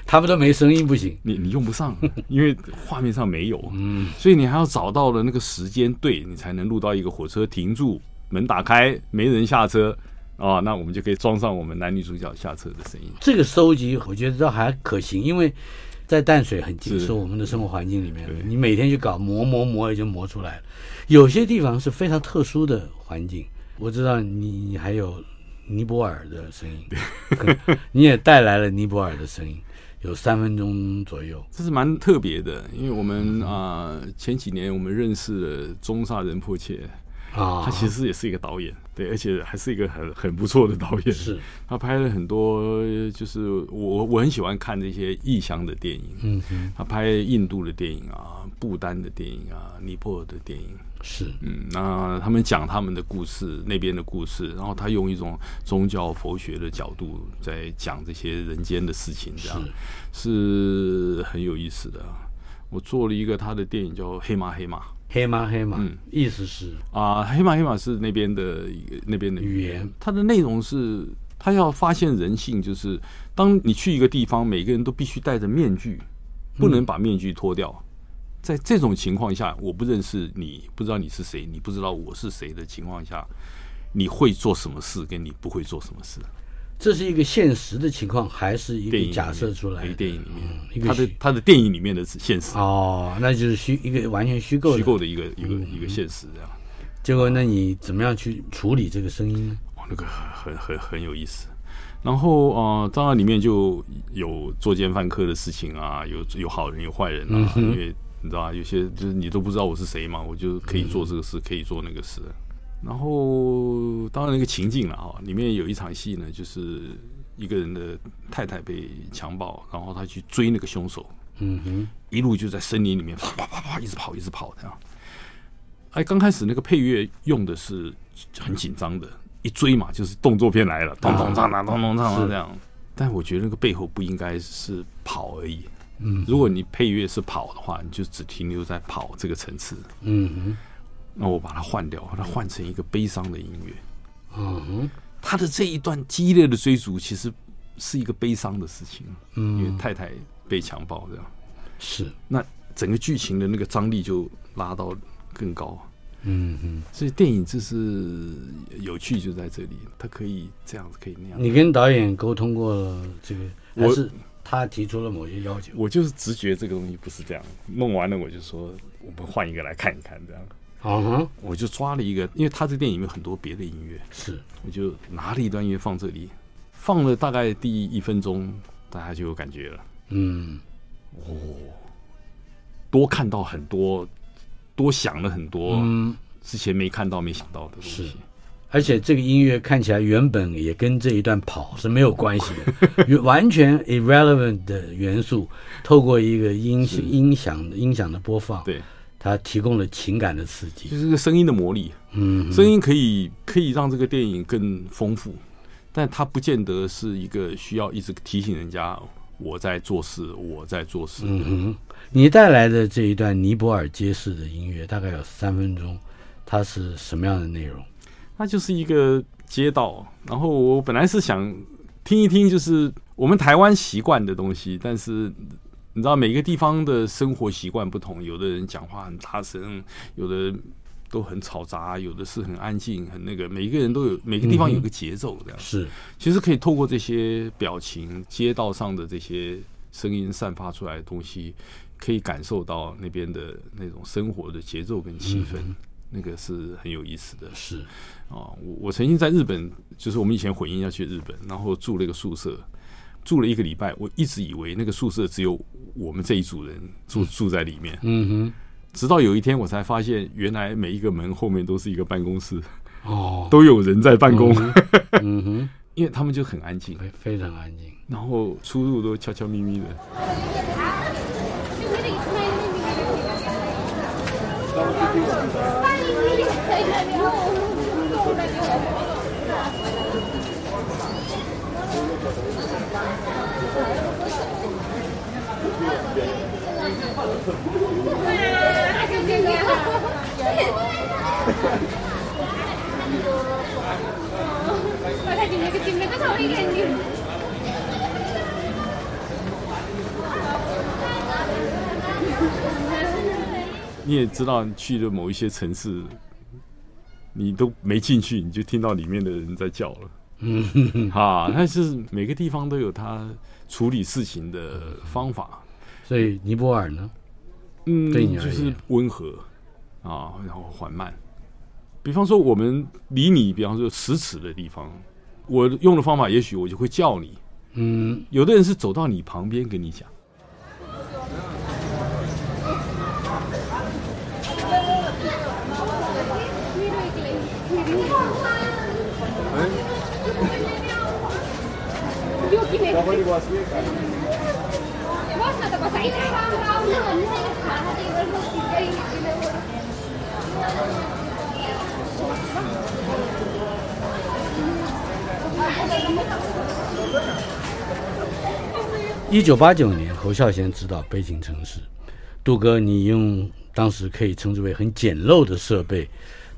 Speaker 2: 他们都没声音不行，
Speaker 1: 你你用不上， 因为画面上没有，嗯，所以你还要找到了那个时间对，你才能录到一个火车停住，门打开，没人下车啊，那我们就可以装上我们男女主角下车的声音。
Speaker 2: 这个收集我觉得倒还可行，因为在淡水很近，
Speaker 1: 是
Speaker 2: 是我们的生活环境里面
Speaker 1: 对，
Speaker 2: 你每天去搞磨磨磨也就磨出来了。有些地方是非常特殊的环境，我知道你你还有尼泊尔的声音， 你也带来了尼泊尔的声音，有三分钟左右。
Speaker 1: 这是蛮特别的，因为我们啊、呃前几年我们认识了中萨仁迫切，
Speaker 2: 啊，
Speaker 1: 他其实也是一个导演，对，而且还是一个很很不错的导演。
Speaker 2: 是，
Speaker 1: 他拍了很多，就是我我很喜欢看这些异乡的电影。
Speaker 2: 嗯哼，
Speaker 1: 他拍印度的电影啊，不丹的电影啊，尼泊尔的电影。
Speaker 2: 是，
Speaker 1: 嗯，那他们讲他们的故事，那边的故事，然后他用一种宗教佛学的角度在讲这些人间的事情，这样是很有意思的啊。我做了一个他的电影叫《黑马黑马》。
Speaker 2: 黑马黑马
Speaker 1: 嗯，
Speaker 2: 意思是
Speaker 1: 啊，黑马黑马是那边的一个那边的
Speaker 2: 语
Speaker 1: 语
Speaker 2: 言
Speaker 1: 言，它的内容是它要发现人性，就是当你去一个地方，每个人都必须戴着面具，
Speaker 2: 嗯
Speaker 1: 不能把面具脱掉。在这种情况下，我不认识你，不知道你是谁，你不知道我是谁的情况下，你会做什么事，跟你不会做什么事。
Speaker 2: 这是一个现实的情况，还是一
Speaker 1: 电影
Speaker 2: 个
Speaker 1: 里
Speaker 2: 假设
Speaker 1: 面
Speaker 2: 出来
Speaker 1: 一
Speaker 2: 的
Speaker 1: 个电影里面，
Speaker 2: 嗯一个
Speaker 1: 他的
Speaker 2: 虚
Speaker 1: 他的电影里面的现实，
Speaker 2: 哦，那就是虚一个完全虚构的
Speaker 1: 虚构的一个一个
Speaker 2: 嗯
Speaker 1: 一个现实这样。
Speaker 2: 结果，那你怎么样去处理这个声音呢？
Speaker 1: 哇，哦那个很很很很有意思。然后呃，当然里面就有作奸犯科的事情啊，有有好人有坏人
Speaker 2: 嗯
Speaker 1: 啊，因为你知道啊，有些就是你都不知道我是谁嘛，我就可以做这个事，可以做那个事。然后当然那个情境了哈、里面有一场戏呢，就是一个人的太太被强暴，然后他去追那个凶手，
Speaker 2: 嗯哼，
Speaker 1: 一路就在森林里面啪啪啪啪一直跑，一直跑这样。哎，刚开始那个配乐用的是很紧张的，一追嘛就是动作片来了，咚咚锵啦，咚咚锵啦
Speaker 2: 啊是
Speaker 1: 这样。但我觉得那个背后不应该是跑而已。嗯，如果你配乐是跑的话，你就只停留在跑这个层次。
Speaker 2: 嗯
Speaker 1: 那我把它换掉，把它换成一个悲伤的音乐。
Speaker 2: 哼，嗯哼，
Speaker 1: 他的这一段激烈的追逐其实是一个悲伤的事情，嗯，因为太太被强暴这样。
Speaker 2: 是，
Speaker 1: 那整个剧情的那个张力就拉到更高。
Speaker 2: 嗯哼。
Speaker 1: 所以电影就是有趣就在这里，它可以这样子，可以那样。
Speaker 2: 你跟导演沟通过了这个，还
Speaker 1: 我
Speaker 2: 是他提出了某些要求？
Speaker 1: 我就是直觉这个东西不是这样，弄完了我就说我们换一个来看一看，这样
Speaker 2: 啊哈，
Speaker 1: 我就抓了一个，因为他这电影里面有很多别的音乐，
Speaker 2: 是，
Speaker 1: 我就拿了一段音乐放这里，放了大概第一分钟，大家就有感觉了。
Speaker 2: 嗯
Speaker 1: 多看到很多，多想了很多、
Speaker 2: 嗯，
Speaker 1: 之前没看到、没想到的东西
Speaker 2: 是。而且这个音乐看起来原本也跟这一段跑是没有关系的， 原完全 irrelevant 的元素，透过一个音音响音响的播放，
Speaker 1: 对，
Speaker 2: 它提供了情感的刺激。
Speaker 1: 就是这个声音的魔力，
Speaker 2: 嗯，
Speaker 1: 声音可以可以让这个电影更丰富，但它不见得是一个需要一直提醒人家我在做事，我在做事。
Speaker 2: 嗯哼，你带来的这一段尼泊尔街市的音乐大概有三分钟，它是什么样的内容？
Speaker 1: 它就是一个街道。然后我本来是想听一听，就是我们台湾习惯的东西，但是你知道每个地方的生活习惯不同，有的人讲话很大声，有的都很嘈杂，有的是很安静，很那个，每一个人都有每个地
Speaker 2: 嗯
Speaker 1: 方有个节奏这样。
Speaker 2: 是，
Speaker 1: 其实可以透过这些表情、街道上的这些声音散发出来的东西，可以感受到那边的那种生活的节奏跟气氛，那个是很有意思的。
Speaker 2: 是，
Speaker 1: 哦，我我曾经在日本，就是我们以前混音要去日本，然后住了一个宿舍，住了一个礼拜。我一直以为那个宿舍只有我们这一组人住住在里面，
Speaker 2: 嗯
Speaker 1: 直到有一天我才发现，原来每一个门后面都是一个办公室，
Speaker 2: 哼，哦，
Speaker 1: 都有人在办公，
Speaker 2: 嗯哼，
Speaker 1: 因为他们就很安静，
Speaker 2: 非非常安静。
Speaker 1: 然后出入都悄悄咪咪的。
Speaker 3: Thank
Speaker 1: 你也知道，你去了某一些城市，你都没进去，你就听到里面的人在叫了。嗯，哈，但是每个地方都有他处理事情的方法。
Speaker 2: 所以尼泊尔呢？
Speaker 1: 嗯，
Speaker 2: 对你而
Speaker 1: 就
Speaker 2: 言
Speaker 1: 是温和啊，然后缓慢。比方说，我们离你，比方说十尺的地方，我用的方法，也许我就会叫你。
Speaker 2: 嗯，
Speaker 1: 有的人是走到你旁边跟你讲。
Speaker 3: you.
Speaker 2: 一九八九年，侯孝贤执导《悲情城市》，杜哥，你用当时可以称之为很简陋的设备，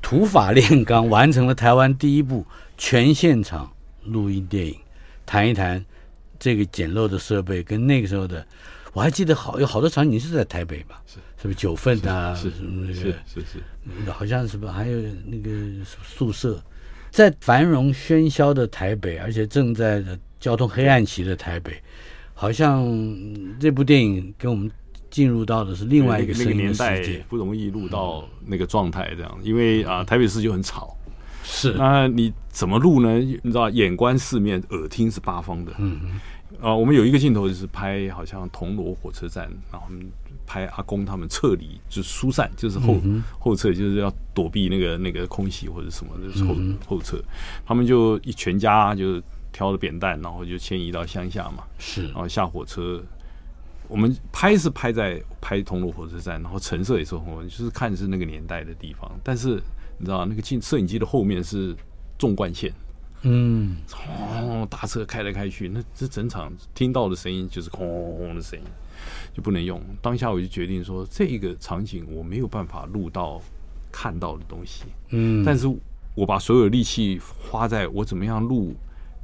Speaker 2: 土法炼钢，完成了台湾第一部全现场录音电影。谈一谈这个简陋的设备跟那个时候的，我还记得好有好多场景是在台北吧？是，是不是九份啊？
Speaker 1: 是
Speaker 2: 什么那
Speaker 1: 是
Speaker 2: 个
Speaker 1: 是是，
Speaker 2: 好像是吧？还有那个宿舍，在繁荣喧嚣的台北，而且正在交通黑暗期的台北，好像嗯这部电影给我们进入到的是另外一
Speaker 1: 那
Speaker 2: 声
Speaker 1: 那
Speaker 2: 音的
Speaker 1: 年
Speaker 2: 世
Speaker 1: 代
Speaker 2: 界，
Speaker 1: 不容易录到那个状态，这样，因为啊、台北市就很吵。
Speaker 2: 是
Speaker 1: 那你怎么录呢？你知道，眼观四面，耳听是八方的。嗯啊，我们有一个镜头就是拍，好像铜锣火车站，然后我们拍阿公他们撤离，就是疏散，就是后、
Speaker 2: 嗯
Speaker 1: 后撤，就是要躲避那个那个空袭或者什么的、就是后、
Speaker 2: 嗯
Speaker 1: 后撤。他们就一全家就挑着扁担，然后就迁移到乡下嘛。
Speaker 2: 是
Speaker 1: 然后下火车，我们拍是拍在拍铜锣火车站，然后橙色也是红，就是看是那个年代的地方。但是你知道，那个镜摄影机的后面是纵贯线，
Speaker 2: 嗯，
Speaker 1: 轰，大车开来开去，那这整场听到的声音就是轰轰轰的声音，就不能用。当下我就决定说，这一个场景我没有办法录到看到的东西，
Speaker 2: 嗯，
Speaker 1: 但是我把所有力气花在我怎么样录。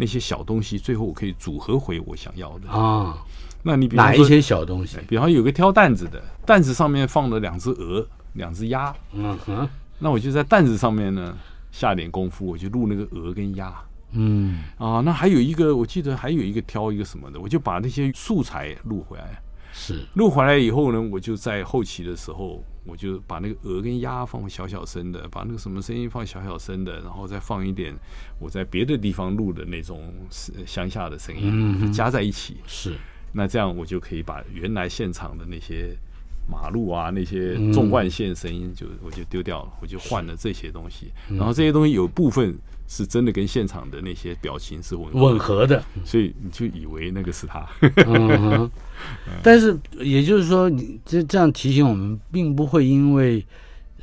Speaker 1: 那些小东西，最后我可以组合回我想要的。
Speaker 2: 啊，
Speaker 1: 那你比方
Speaker 2: 哪一
Speaker 1: 说
Speaker 2: 些小东西？
Speaker 1: 比方有个挑担子的，担子上面放了两只鹅、两只鸭，
Speaker 2: 嗯哼，
Speaker 1: 那我就在担子上面呢下点功夫，我就录那个鹅跟鸭
Speaker 2: 嗯
Speaker 1: 啊。那还有一个，我记得还有一个挑一个什么的，我就把那些素材录回来，
Speaker 2: 是
Speaker 1: 录回来以后呢，我就在后期的时候，我就把那个鹅跟鸭放小小声的，把那个什么声音放小小声的，然后再放一点我在别的地方录的那种呃乡下的声
Speaker 2: 嗯哼
Speaker 1: 音，加在一起。
Speaker 2: 是，
Speaker 1: 那这样我就可以把原来现场的那些马路啊、那些
Speaker 2: 嗯
Speaker 1: 纵贯线声音就，我就丢掉了，我就换了这些东西。
Speaker 2: 嗯
Speaker 1: 然后这些东西有部分是真的跟现场的那些表情是吻合的
Speaker 2: 吻合的。
Speaker 1: 所以你就以为那个是他。
Speaker 2: 嗯哼，但是也就是说，你这这样提醒我们，并不会因为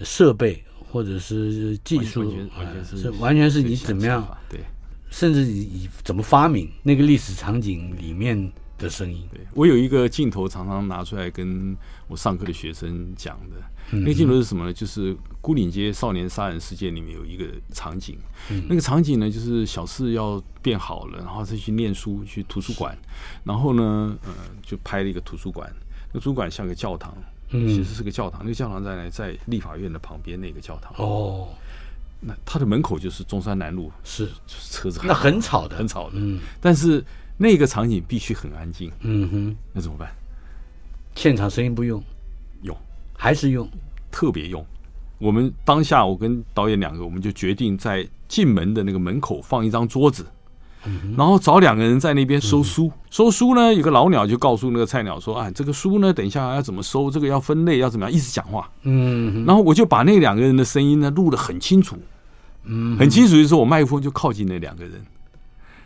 Speaker 2: 设备或者是技术，
Speaker 1: 完全完全
Speaker 2: 呃
Speaker 1: 是
Speaker 2: 是完全是你
Speaker 1: 这些
Speaker 2: 怎么
Speaker 1: 想
Speaker 2: 样
Speaker 1: 法，？对
Speaker 2: 甚至你你怎么发明那个历史场景里面的声音。
Speaker 1: 对，我有一个镜头常常拿出来跟我上课的学生讲的。那个镜头是什么呢？就是孤岭街少年杀人事件里面有一个场景，那个场景呢，就是小四要变好了，然后再去念书，去图书馆，然后呢，呃，就拍了一个图书馆。那图书馆像个教堂，其实是个教堂。那个教堂在哪？在立法院的旁边那个教堂。
Speaker 2: 哦，
Speaker 1: 那它的门口就是中山南路，
Speaker 2: 是，
Speaker 1: 就是车子
Speaker 2: 那 很吵的
Speaker 1: 很，吵的。
Speaker 2: 嗯
Speaker 1: 但是那个场景必须很安静，
Speaker 2: 嗯哼，
Speaker 1: 那怎么办？
Speaker 2: 现场声音不用，
Speaker 1: 用
Speaker 2: 还是用，
Speaker 1: 特别用。我们当下，我跟导演两个，我们就决定在进门的那个门口放一张桌子，
Speaker 2: 嗯
Speaker 1: 然后找两个人在那边收书。收书呢，有个老鸟就告诉那个菜鸟说：“啊，这个书呢，等一下要怎么收，这个要分类，要怎么样，一直讲话。”
Speaker 2: 嗯哼，
Speaker 1: 然后我就把那两个人的声音呢录得很清楚，嗯，很清楚的时候，我麦克风就靠近那两个人，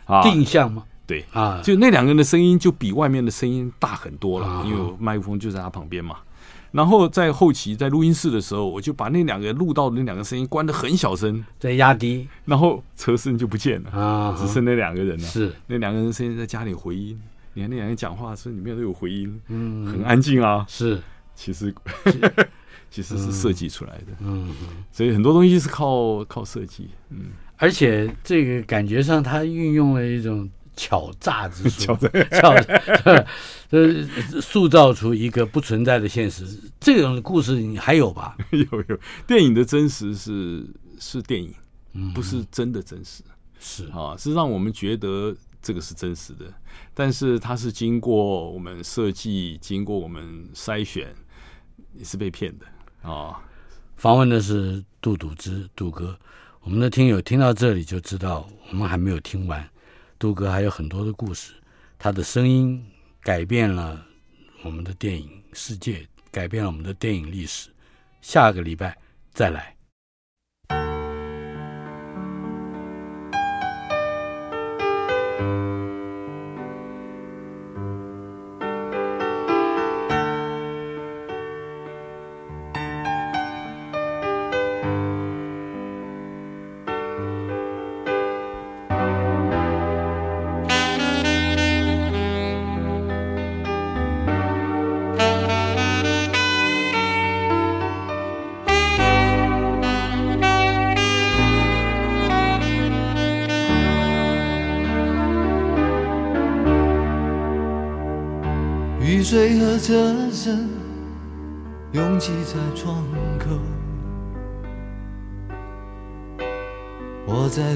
Speaker 1: 啊，
Speaker 2: 定向吗？
Speaker 1: 对
Speaker 2: 啊，
Speaker 1: 就那两个人的声音就比外面的声音大很多
Speaker 2: 啊
Speaker 1: 了，因为我麦克风就在他旁边嘛。然后在后期在录音室的时候，我就把那两个录到的那两个声音关得很小声，
Speaker 2: 在压低
Speaker 1: 然后车声就不见了，
Speaker 2: 啊，
Speaker 1: 只剩那两个人了。
Speaker 2: 是
Speaker 1: 那两个人声音在家里回音，你看那两个人讲话声里面都有回音，嗯，很安静啊。
Speaker 2: 是，
Speaker 1: 其实其实是设计出来的，
Speaker 2: 嗯。
Speaker 1: 所以很多东西是靠靠设计， 嗯，
Speaker 2: 而且这个感觉上，他运用了一种巧诈之术， 巧诈， 呃，塑造出一个不存在的现实。这种故事你还有吧？
Speaker 1: 有有电影的真实是是电影，
Speaker 2: 嗯
Speaker 1: 不是真的真实。
Speaker 2: 是
Speaker 1: 啊，是让我们觉得这个是真实的，但是它是经过我们设计、经过我们筛选，你是被骗的啊。
Speaker 2: 访问的是杜笃之杜哥。我们的听友听到这里就知道，我们还没有听完。杜哥还有很多的故事，他的声音改变了我们的电影世界，改变了我们的电影历史。下个礼拜再来。
Speaker 4: 雨水和车声拥挤在窗口，我在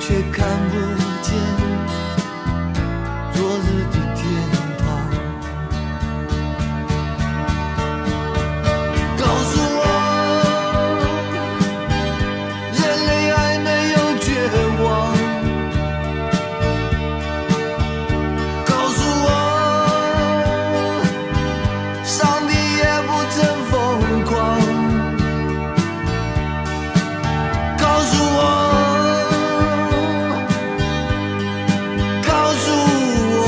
Speaker 4: 却看不见昨日的天堂。告诉我，人类还没有绝望。告诉我，上帝也不曾疯狂。告诉我，告诉我，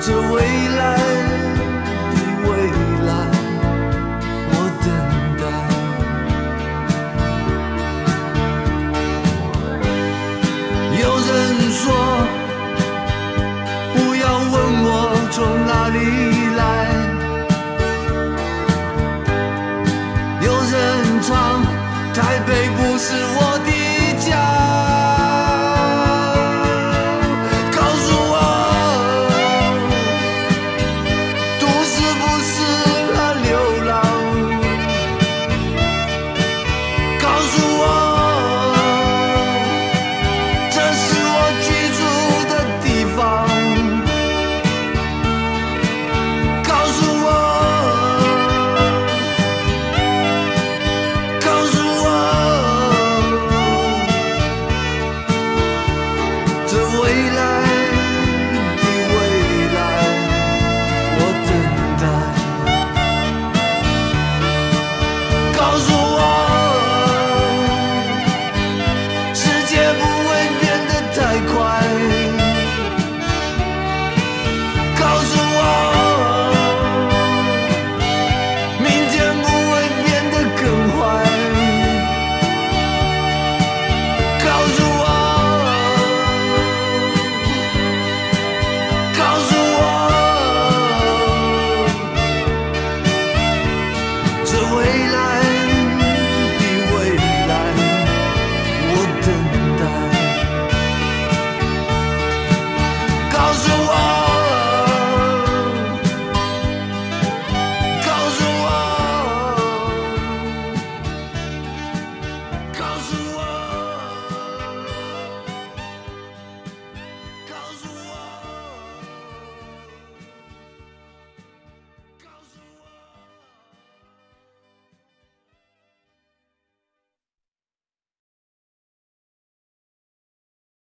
Speaker 4: 这未来的未来，我等待。有人说，不要问我从哪里来。有人唱，台北不是我